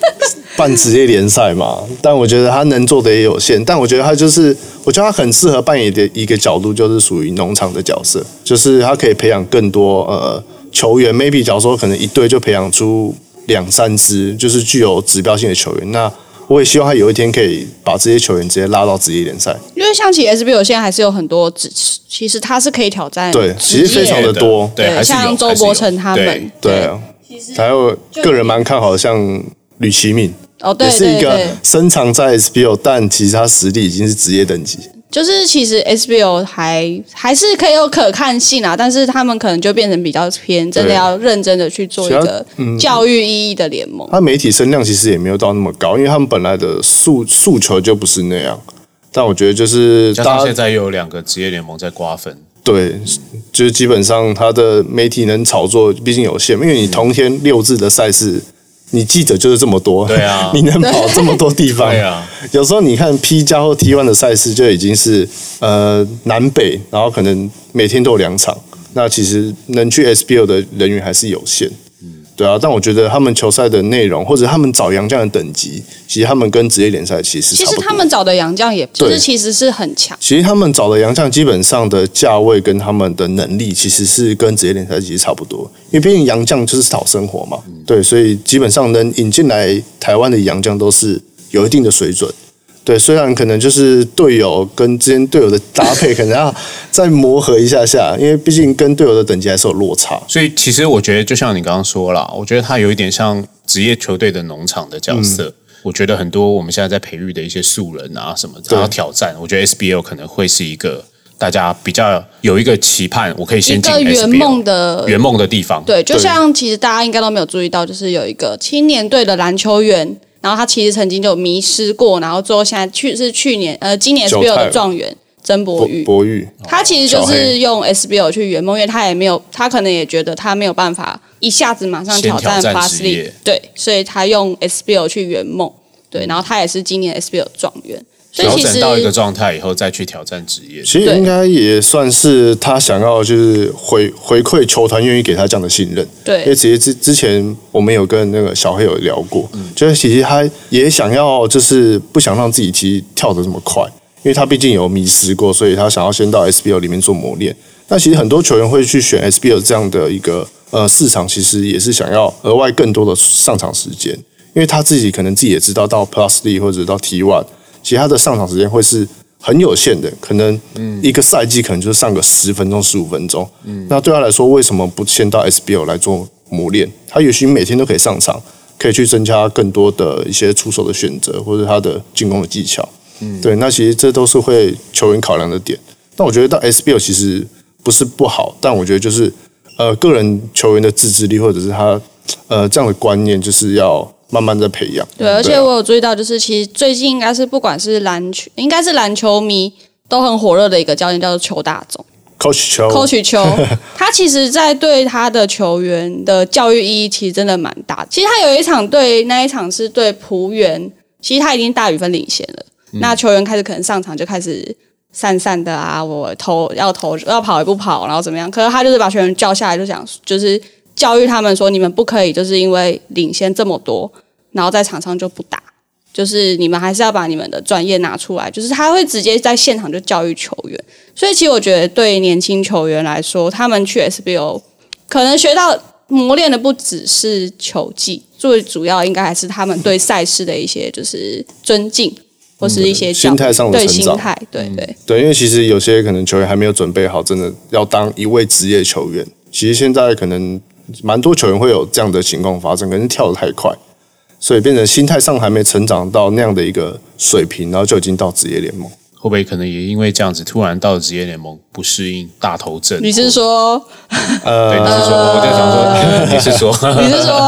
办职业联赛嘛，但我觉得他能做的也有限，但我觉得他就是，我觉得他很适合扮演的一个角度就是属于农场的角色，就是他可以培养更多呃球员，maybe 假如说可能一队就培养出两三支就是具有指标性的球员，那我也希望他有一天可以把这些球员直接拉到职业联赛。
因为像其实 SBL 现在还是有很多职，其实他是可以挑战
对其实
职业
非常的多
对，还是有
像周伯成他，
还是有
们
对，
对啊，还有个人蛮看好像吕其敏。
哦，对
也是
对
一个
对，
深藏在 SBO，但其实他实力已经是职业等级。
就是其实 SBO 还还是可以有可看性啊，但是他们可能就变成比较偏，真的要认真的去做一
其他
个教育意义的联盟。
他媒体声量其实也没有到那么高，因为他们本来的诉诉求就不是那样。但我觉得就是
加上
大
现
家
在又有两个职业联盟在瓜分，
对，就是基本上他的媒体能炒作毕竟有限，因为你同天六日的赛事你记者就是这么多，
对啊
你能跑这么多地方，
对啊，
有时候你看 P 加或 T one 的赛事就已经是呃南北，然后可能每天都有两场，那其实能去 SBL 的人员还是有限。对啊，但我觉得他们球赛的内容，或者他们找洋将的等级，其实他们跟职业联赛其实
其
差不
实
多
他们找的洋将也就
对
是其实是很强，
其实他们找的洋将基本上的价位跟他们的能力，其实是跟职业联赛其实差不多。因为毕竟洋将就是讨生活嘛，对，所以基本上能引进来台湾的洋将都是有一定的水准。对，虽然可能就是队友跟之间队友的搭配，可能要再磨合一下下，因为毕竟跟队友的等级还是有落差。
所以其实我觉得，就像你刚刚说了，我觉得它有一点像职业球队的农场的角色。我觉得很多我们现在在培育的一些素人啊什么，然后挑战，我觉得 SBL 可能会是一个大家比较有一个期盼，我可以
一
先进
个
SBL
圆梦的
圆梦的地方。
对，就
对
像其实大家应该都没有注意到，就是有一个青年队的篮球员，然后他其实曾经就迷失过，然后最后现在去是去年呃今年
韭
SBL
菜
的状元曾博
博
宇，
博玉，
他其实就
小黑
是用 SBL 去圆梦，因为他也没有，他可能也觉得他没有办法一下子马上
先挑
战
战
Fast
职
League，
业嗯
对，所以他用 SBL 去圆梦，对，然后他也是今年 SBL 状元，所以
调
其
整
实
到一个状态以后，再去挑战职业。
其实
对
应该也算是他想要就是回回馈球团愿意给他这样的信任。因为
对
其实之之前我们有跟那个小黑有聊过，就是其实他也想要，就是不想让自己其实跳得这么快，因为他毕竟有迷失过，所以他想要先到 SBL 里面做磨练。那其实很多球员会去选 SBL 这样的一个呃市场，其实也是想要额外更多的上场时间，因为他自己可能自己也知道到 Plus D 或者到 T One，其实他的上场时间会是很有限的，可能一个赛季可能就上个十分钟、十五分钟。那对他来说，为什么不先到 SBL 来做磨练？他也许每天都可以上场，可以去增加更多的一些出手的选择，或者他的进攻的技巧。对，那其实这都是会球员考量的点。那我觉得到 SBL 其实不是不好，但我觉得就是呃，个人球员的自制力或者是他呃这样的观念，就是要慢慢在培养。
对，而且
啊
我有注意到，就是其实最近应该是不管是篮球，应该是篮球迷都很火热的一个教练叫做邱大总。
coach 球
Coach 球，他其实在对他的球员的教育意义其实真的蛮大的。其实他有一场对那一场是对浦原，其实他已经大比分领先了。那球员开始可能上场就开始散散的啊，我投要投要跑也不跑，然后怎么样？可是他就是把球员叫下来，就想就是教育他们说，你们不可以就是因为领先这么多，然后在场上就不打。就是你们还是要把你们的专业拿出来，就是他会直接在现场就教育球员，所以其实我觉得对年轻球员来说，他们去 SBO 可能学到磨练的不只是球技，最主要应该还是他们对赛事的一些就是尊敬或是一些
嗯心态上的
对
成
心
长嗯
态，对对
对，因为其实有些可能球员还没有准备好，真的要当一位职业球员。其实现在可能蛮多球员会有这样的情况发生，可能是跳得太快，所以变成心态上还没成长到那样的一个水平，然后就已经到职业联盟。
会不会可能也因为这样子，突然到了职业联盟不适应大头症？
你是说呃
对，你是说，我在想说， 你
你
是
是
说，
说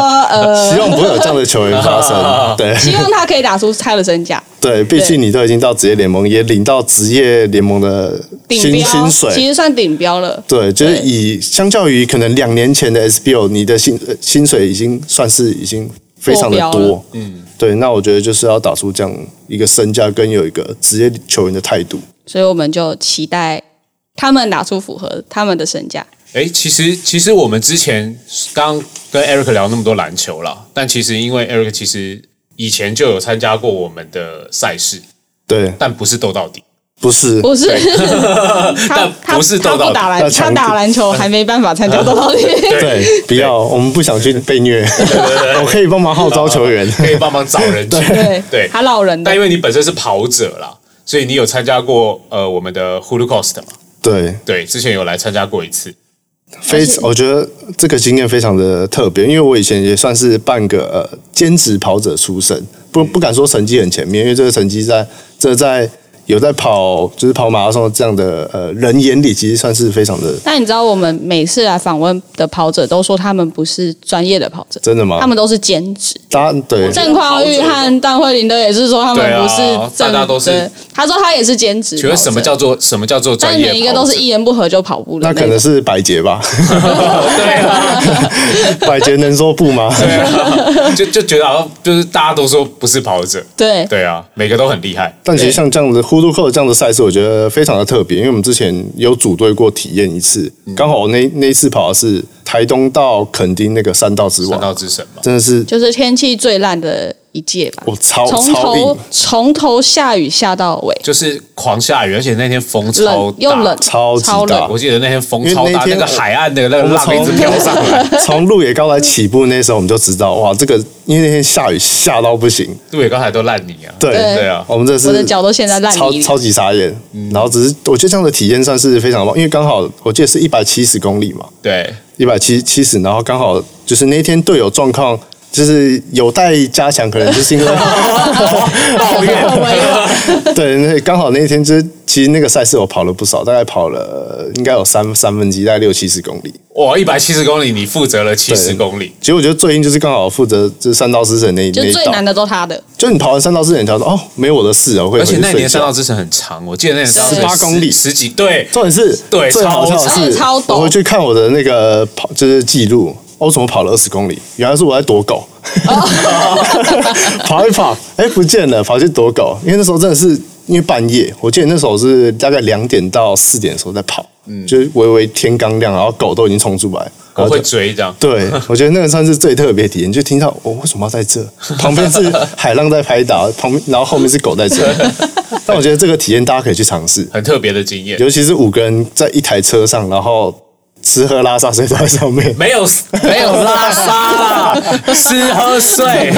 呃，
希望不会有这样的球员发生。对
希望他可以打出他的身价，
对，毕竟你都已经到职业联盟，也领到职业联盟的
顶
薪
标
薪
其
水。
实算顶标了。
对，就是
对
以相较于可能两年前的 SBL，你的薪呃薪水已经算是已经非常
过
的
标
多。嗯，对，那我觉得就是要打出这样一个身价，跟有一个职业球员的态度。
所以我们就期待他们打出符合他们的身 价。
哎，其实其实我们之前刚跟 Eric 聊那么多篮球啦，但其实因为 Eric 其实以前就有参加过我们的赛事，
对，
但不是斗到底，
不是，
不是，他
但
他
不是斗
他
到
不打
要
篮，
强
他
度
打篮球还没办法参加斗到底。
对，不要，我们不想去被虐。 我可以帮忙号召球员。
可以帮忙找人 去。
对
对
他老人的
但因为你本身是跑者啦，所以你有参加过呃我们的 Hulu Cost 嘛？
对，
对，之前有来参加过一次。
非我觉得这个经验非常的特别，因为我以前也算是半个呃兼职跑者出身，不
嗯
不敢说成绩很前面，因为这个成绩在这个在有在跑就是跑马拉松这样的呃人眼里，其实算是非常的
但你知道，我们每次来访问的跑者都说他们不是专业的跑者，
真的
啊
吗？
他们都是兼职。
大家对
这
郑匡玉和段慧玲的也是说他们
对啊
不是正
大家都是
对他说他也是兼职跑者，
请问什么叫做什么叫做
但
专
是
业？
每一个都是一言不合就跑步的
那
种，
可能是百杰吧？
对啊，
百杰能说不吗？
对啊， 就就觉得好像就是大家都说不是跑者，
对
对啊，每个都很厉害，
但其实
对
像这样子呼噜扣这样的赛事，我觉得非常的特别，因为我们之前有组队过体验一次，
嗯
刚好我那那一次跑的是台东到垦丁那个三道之
三道
王，
之神嘛。
真的是
就是天气最烂的一届吧。
我超
从
超硬
头，从头下雨下到尾，
就是狂下雨，而且那天风超
冷
大，
又冷，
超级
超
大
冷。
我记得那天风
因为
超大，
那
那
天
个海岸的那个
我们
浪一直
从
飘上来，
从鹿野高来起步那时候我们就知道，哇，这个因为那天下雨下到不行，
对，刚才都烂泥啊，
对
对
对啊，嗯
我们这是
我的脚都陷在烂
超
泥里
超级傻眼。然后只是我觉得这样的体验算是非常棒，因为刚好我记得是一百七十公里嘛，
对，
一百七七十，然后刚好就是那天队友状况就是有待加强，可能就是因 为
抱怨
对，那刚好那天就是其实那个赛事我跑了不少，大概跑了应该有三三分之一，大概六七十公里。
哇，一百七十公里，你负责了七十
对
公里，
其实我觉得最近就是刚好负责就是三道之神那一
就
那一
最
道，
难的都他的，
就你跑完三道之神，你才说哦，没我的事啊，我会
而
回去
且那
睡
年三
觉
道。之神很长，我记得那年三道之神
18公里
十十几，对，
重点是，
对
最好笑的
超
而
是
且超，陡
我回去看我的那个跑就是记录，哦我怎么跑了二十公里？原来是我在躲 狗，跑一跑，哎不见了，跑去躲狗。因为那时候真的是因为半夜，我记得那时候是大概两点到四点的时候在跑，就是微微天刚亮，然后狗都已经冲出来，
我
然后
嗯 会
就
追这样，
对，我觉得那个算是最特别的体验，就听到我、为什么要在这？旁边是海浪在拍打，旁边然后后面是狗在追。 但我觉得这个体验大家可以去尝试，
很特别的经验。
尤其是五个人在一台车上，然后吃喝拉撒睡都在上面，
没有没有拉 撒啦，吃喝睡，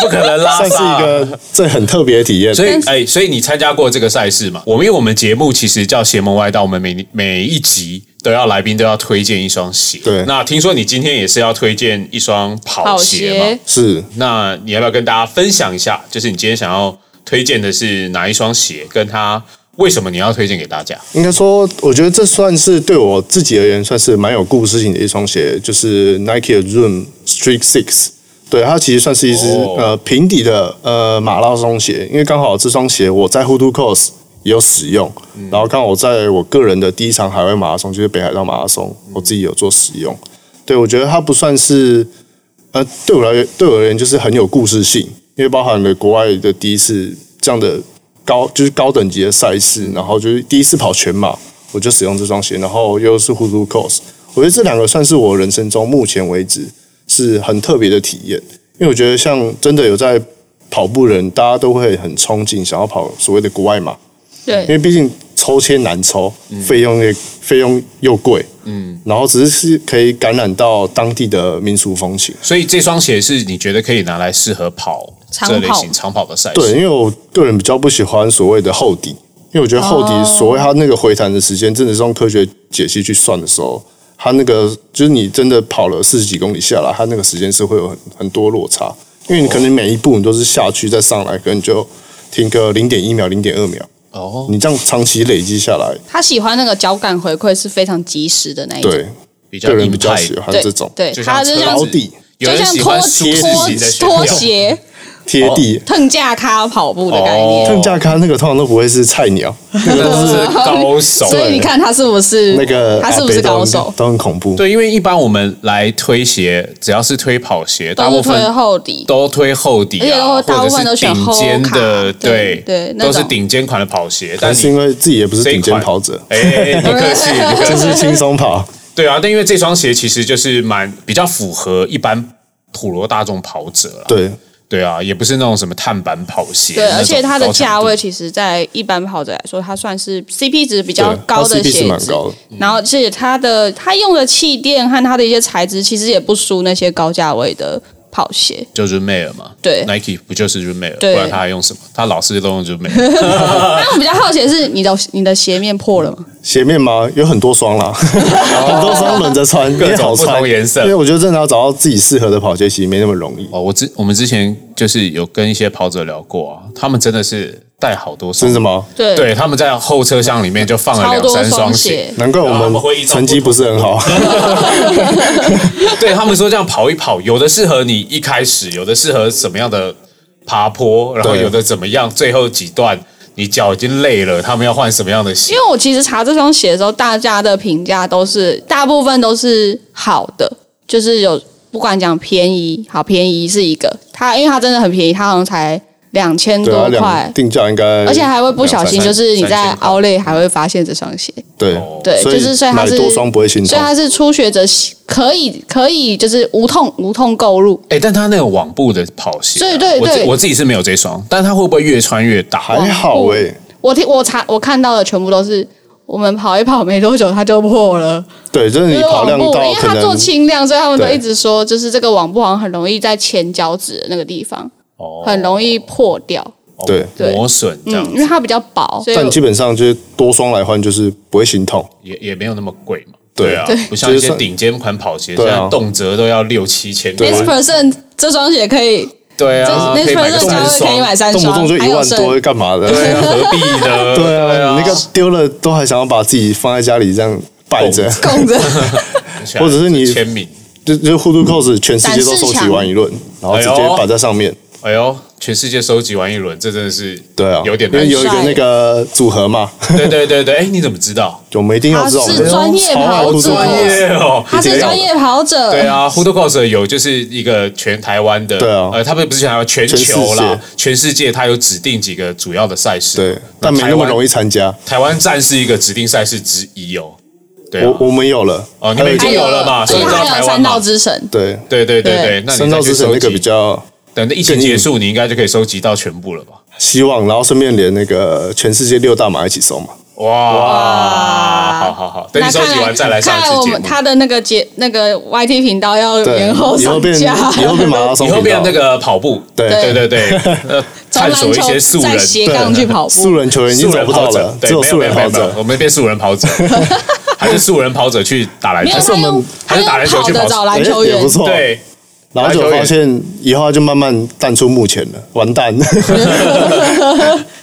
不可能拉
算是
撒
一。个最很特别的体验。
所以，哎、所以你参加过这个赛事嘛？我们因为我们节目其实叫邪门歪道，我们每每一集都要来宾都要推荐一双鞋。
对
那听说你今天也是要推荐一双跑
跑
鞋嘛？
鞋
是
那你要不要跟大家分享一下？就是你今天想要推荐的是哪一双鞋，跟它为什么你要推荐给大家？
应该说，我觉得这算是对我自己而言算是蛮有故事性的一双鞋，就是 Nike 的 Zoom Streak Six。对，它其实算是一只、
哦
呃平底的呃马拉松鞋，因为刚好这双鞋我在 Hoodoo Course 也有使用，然后刚好我在我个人的第一场海外马拉松就是北海道马拉松，我自己有做使用。对，我觉得它不算是呃，对我来言对我而言就是很有故事性，因为包含了国外的第一次这样的高就是高等级的赛事，然后就是第一次跑全马，我就使用这双鞋，然后又是 Hulu Course，我觉得这两个算是我人生中目前为止是很特别的体验，因为我觉得像真的有在跑步人，大家都会很冲劲，想要跑所谓的国外马，因
对
为毕竟抽签难抽，费用也费用又贵，嗯，然后只是是可以感染到当地的民俗风情。
所以这双鞋是你觉得可以拿来适合跑
长
这类
跑
型长跑的赛事？
对，因为我个人比较不喜欢所谓的厚底，因为我觉得厚底
哦
所谓它那个回弹的时间，真的是用科学解析去算的时候，它那个就是你真的跑了四十几公里下来，它那个时间是会有很很多落差，因为你可能每一步你都是下去再上来，可能就停个零点一秒、零点二秒，
哦，
你这样长期累积下来，
他喜欢那个脚感回馈是非常及时的那一种，
对，
比较
个人
硬
比较
派
喜欢
对
这种
对，
就像
他就像
车
老底
有
就
人
像
喜
拖
欢舒适
拖
型的选
拖
料
鞋、
贴地。
腾架咖跑步的概念。
哦
邓家康那个通常都不会是菜鸟，
那个都 是高手。
所以你看他是不是
那个
他是不
阿
是
伯都
高
很
手？
都很恐怖。
对，因为一般我们来推鞋，只要是推跑鞋，大
都
部
是推
分
厚底，
都推厚底、啊，
而且都大
或
部
者
分
是
都选
顶尖的，
厚卡对对那
都
种
是顶尖款的跑鞋。
但
但
是
是
因为自己也不是
这一
顶尖
款
跑者，
哎，哎不客气，不客
就
气。
是轻松跑。
对啊，但因为这双鞋其实就是蛮比较符合一般普罗大众跑者啦。
对，
对啊，也不是那种什么碳板跑鞋。
对，
那种
而且它的
高强
价
度
位，其实，在一般跑者来说，它算是 CP 值比
对
较高的
它 CP
鞋
是蛮
子。
高的，
然后，而且它的它用的气垫和它的一些材质，其实也不输那些高价位的跑鞋。
就 r u m a i r 嘛，
对
，Nike 不就是 r u m a i r 不
对
然他还用什么？他老是都用 r u m a i r
那我比较好奇的是，你的你的鞋面破了吗？
鞋面吗？有很 多双啦，很多双轮着穿，
各种
也好穿
不同颜色
因为我觉得真的要找到自己适合的跑鞋，其实没那么容易，
哦，我之我们之前就是有跟一些跑者聊过啊，他们真的是带好多双
真的吗？
对
对，他们在后车厢里面就放了
超
两
多
三双鞋，
鞋。
难怪我
然后他们
们
会一种
成绩不是很好。
对他们说这样跑一跑，有的适合你一开始，有的适合什么样的爬坡，然后
对
有的怎么样，最后几段你你脚已经累了，他们要换什么样的鞋
因？为我其实查这双鞋的时候，大家的评价都是大部分都是好的，就是有不管讲便宜，好便宜是一个，它因为它真的很便宜，它好像才两千
对啊，
多
两
块，
定价应该，
而且还会不小心，
两三
就是你在
三千块
凹类还会发现这双鞋，
对
哦
对，
所
就
以
是所以它
买
是，
多
所
双不会心
以
痛。
它是初学者喜可以可以就是无痛无痛购入，
哎，但他那个网布的跑鞋啊，
对对
我自
对
我自己是没有这双，但他会不会越穿越大？
还好哎、
我听我查我看到的全部都是。我们跑一跑没多久它就破了，
对，就
就
是 你
是
跑
网
量
布，因
到
为
可
它做
能
轻量，所以他们都
对
一直说，就是这个网布好像很容易在前脚趾的那个地方
哦
很容易破掉，
哦
对
对
磨损这样
嗯，因为它比较薄，所以
但基本上就是多双来换，就是不会心痛。
也也没有那么贵嘛。
对
啊
对，
不像一
就是
些
算
顶尖款跑鞋，现
对啊
在动辄都要六七千块。
Next Percent 这双鞋可以，
对
这
啊，可
Next
以买个
Percent
三
价位可以
双，
买三
动不
双，
动就一
还有
万
剩
多，哎干嘛的？
对啊，何必呢？
对啊，
啊，
你那个丢了都还想要把自己放在家里这样摆着，
供 着，
或
或者是你
签名，
就就 Hoodoo Cos 全世界都收集完一轮，然后直接摆在上面。
哎呦，全世界收集完一轮，这真的是
对啊，
有点
因
难
为
受。
有一个那个组合嘛，
对对对对，哎，你怎么知 道？
我们一定要知
他
道。我
啊是
们
专业
超爱
跑者
Hoodoo Cos
专业哦，
啊他是专业跑者，
对啊 h o o d o Cos 有就是一个全台湾的，
对啊
呃，他们不是全台湾全球啦，全世界它有指定几个主要的赛事，
对，但没那么容易参加。
台湾站是一个指定赛事之一哦，对啊，
我我们有了，
哦你们已经
还
有了嘛
而且
所以
还
知道
有
台湾
三
嘛
道之神，
对
对对对对
对，
那你
三
再
道
去
之神
收
那个
集
比较
等着疫情
更硬
结束，你应该就可以收集到全部了吧？
希望，然后顺便连那个全世界六大马一起收嘛。
哇，好好好，等你
那
收
看
集完再来上一
看来
次
我
节
们
目。
他的那个节那个 YT 频道要
对，
延后
以后
上
变
架，
以后变马拉松
以后
频
变
道，
那个跑步，
对
对对对，呃
从
探
篮
索一些
球
素
在
人
斜杠去跑步
素。人球员已经
素
找
人
不到
跑者
了，，
对
只有
没
素
没
人跑
没有
者。
我们变素人跑 者，还是素人跑者去打篮
没
球，
有，
还是
他
我们
用
还
他
是打
用
篮球
跑
去
的
跑
找
者？
篮球员
哎也不，错，
对，
然后就发现以后他就慢慢淡出幕前了，完 蛋。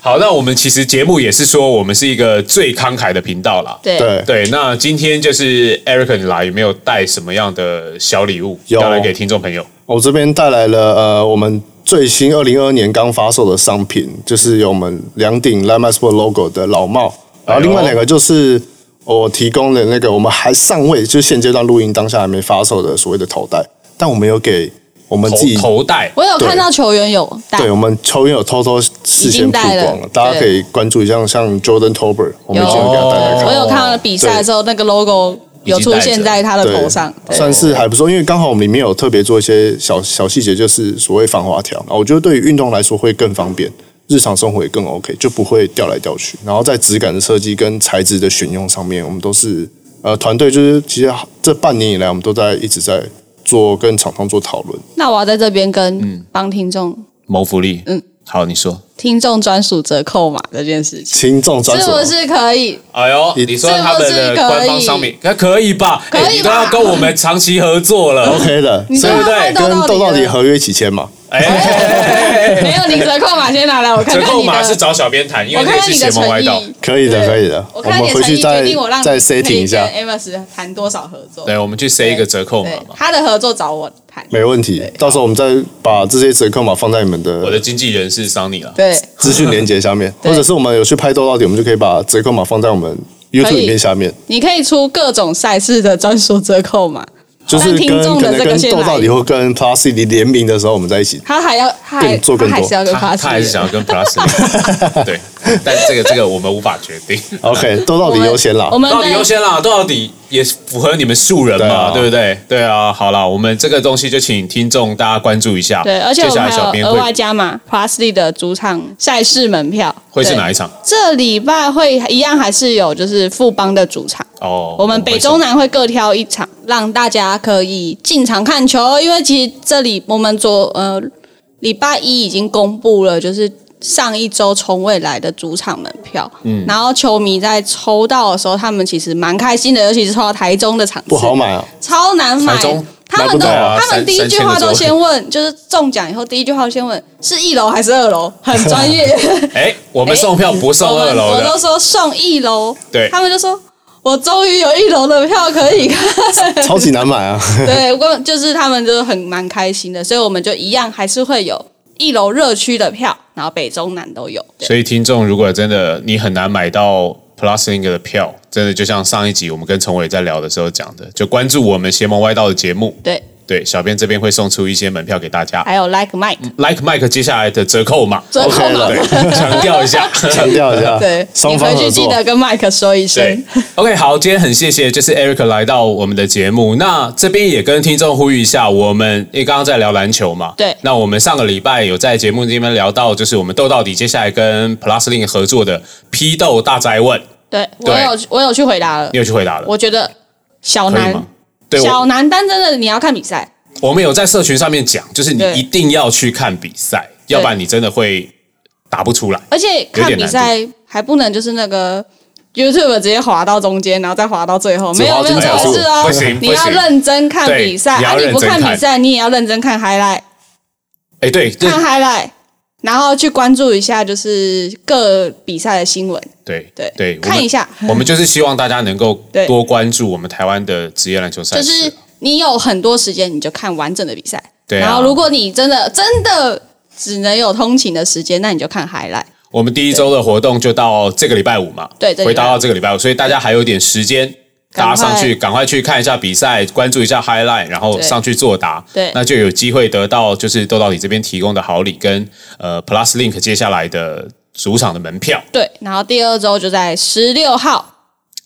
好，那我们其实节目也是说，我们是一个最慷慨的频道啦。
对，
对，
对，那今天就是 Eric 你来有没有带什么样的小礼物
有
要来给听众朋友？
哦我这边带来了呃，我们最新二零二二年刚发售的商品，就是有我们两顶 l i m a Sport logo 的老帽，
哎
然后另外两个就是我提供的那个我们还尚未，就是现阶段录音当下还没发售的所谓的头带，但我们有给我们自己
头头戴，
我有看到球员有带，
对，我们球员有偷偷事先曝
已经带
光
了
了，大家可以关注一下，像 Jordan Tober，我们已经有给他带来看
哦
我有看到比赛的时候，那个 logo 有出现在他的
对，
头上，对
算是还不错。因为刚好我们里面有特别做一些小小细节，就是所谓防滑条，啊我觉得对于运动来说会更方便，日常生活也更 OK，就不会掉来掉去。然后在质感的设计跟材质的选用上面，我们都是呃团队就是其实这半年以来，我们都在一直在做跟厂商做讨论。
那我要在这边
嗯
跟帮听众
谋福利。嗯
嗯，
好，你说。
听众专属折扣码这件事情，
轻重专
是
属
不是可以？
哎呦，
你
你说他们的官方商品，那可以吧？
可以吧
哎你都要跟我们长期合作 了，
啊 OK 的，
你
所以
对不对
跟
跟
豆
豆
到
到
底
底
了
合约一起签嘛？
哎，
没有，你折扣码先拿来，我看
折
看
扣
你
码是
的，
找小编谈，因为
我
那
看
个
看
是
你的
邪门
诚
歪道。
意。
可以的，
对
可以的，
我看
们
你的
回
诚
去
意
再
决定我让
再
你可
setting
以
一下，
跟 Amos 谈多少合作。
对，我们去塞一个折扣码
对
嘛。
他的合作找我谈。
没问题。到时候我们再把这些折扣码放在你们
我
的
的经纪人是桑尼了，
对，
资讯连接下面，
对
或者是我们有去拍豆到底，我们就可以把折扣码放在我们 YouTube 影片下面，
你可以出各种赛事的专属折扣码，
就是
听
跟
众
可
的
能
这个
跟
先
豆到
来
底。或跟 Plus City 联名的时候，我们在一 起。
他还要，他还
更做更
他还
多
是要跟
他
Plus，
他还是想要跟 Plus 对，但这个这个我们无法决定，
OK，豆到底优先啦
我。们
到底优先啦，到底也符合你们素人嘛，对
对啊
不对？对啊，好啦，我们这个东西就请听众大家关注一下。
对，而且
接
我
下
们
来小
还
编
有额外
会
加码 Plusly 的主场赛事门票，
会是
对
哪一场？
这礼拜会一样还是有就是富邦的主场，
哦，
我们北
会是
中南会各挑一场，让大家可以进场看球。因为其实这里我们昨呃礼拜一已经公布了，就是上一周从未来的主场门票，嗯，然后球迷在抽到的时候，他们其实蛮开心的，尤其是抽到台中的场次，
不好买啊，
超难买
台中。
他
买不
们都，
到啊
他们
三
第一句话都
三千
先问，就是中奖以后第一句话先问是一楼还是二楼，很 专业。
哎，我们
哎
送票不送
我们
二楼
哎我
的
都，说送一楼，
对
他们就说。我终于有一楼的票可以看，
超级难买啊！
对，我就是他们就是很蛮开心的，所以我们就一样还是会有一楼热区的票，然后北中南都有。对
所以听众如果真的你很难买到 Plus Link 的票，真的就像上一集我们跟陈伟在聊的时候讲的，就关注我们邪门歪道的节目。
对，
对，小编这边会送出一些门票给大家。
还有 Like Mike、
Like Mike 接下来的折扣码，
哎折扣
OK
码
了
对，强调一 下。
强调一
啊
下，
对，
双
你
方
回
合
去记
作。
得跟 Mike 说一
对
声。
，OK，好，今天很谢谢，就是 Eric 来到我们的节目。那这边也跟听众呼吁一下，我们因为刚刚在聊篮球嘛，
对
那我们上个礼拜有在节目这边聊到，就是我们斗到底接下来跟 Plus Link 合作的批斗大宅问，
对，我
对
有我有去回答了
你，有去回答了，
我觉得小
可以吗
南？
对，
小
我
南单真的你要看比赛，
我们有在社群上面讲，就是你
对
一定要去看比赛，要不然你真的会打不出来。
而且看比赛还不能就是那个 YouTube 直接滑到中间，然后再滑到最后，
只
没
滑
有没有
中
这
角
回事哦
不行。
你
不
要
行
认真看
对
比赛
你要
啊！你
认
不
真
看
看
比赛，你也要认真看 highlight，
哎，对，这
看 highlight，然后去关注一下就是各比赛的新闻。
对
对
对，我们
看一下
我们就是希望大家能够
对
多关注我们台湾的职业篮球赛
就
事。
是你有很多时间，你就看完整的比赛。
对啊
然后，如果你真的真的只能有通勤的时间，那你就看 highlight。
我们第一周的活动就到这个礼拜五嘛，
对这个
回
礼拜
答到这个礼拜五，所以大家还有点时间。
赶
大家
快
上去，赶快去看一下比赛，关注一下 highlight，然后
对
上去作答，
对
那就有机会得到就是豆到你这边提供的好礼跟呃 Plus Link 接下来的主场的门票，
对，然后第二周就在十六号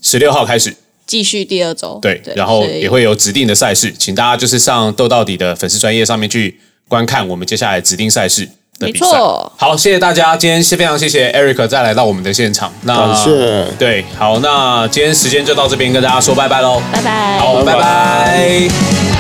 十六号开始，
继续第二周。
对，然后
所以
也会有指定的赛事，请大家就是上豆到底的粉丝专业上面去观看我们接下来指定赛事的比赛
没错。
好，谢谢大家，今天是非常谢谢 Eric 再来到我们的现场，那
感谢
对，好，那今天时间就到这边跟大家说拜拜喽，
拜拜。
好，
拜拜
拜拜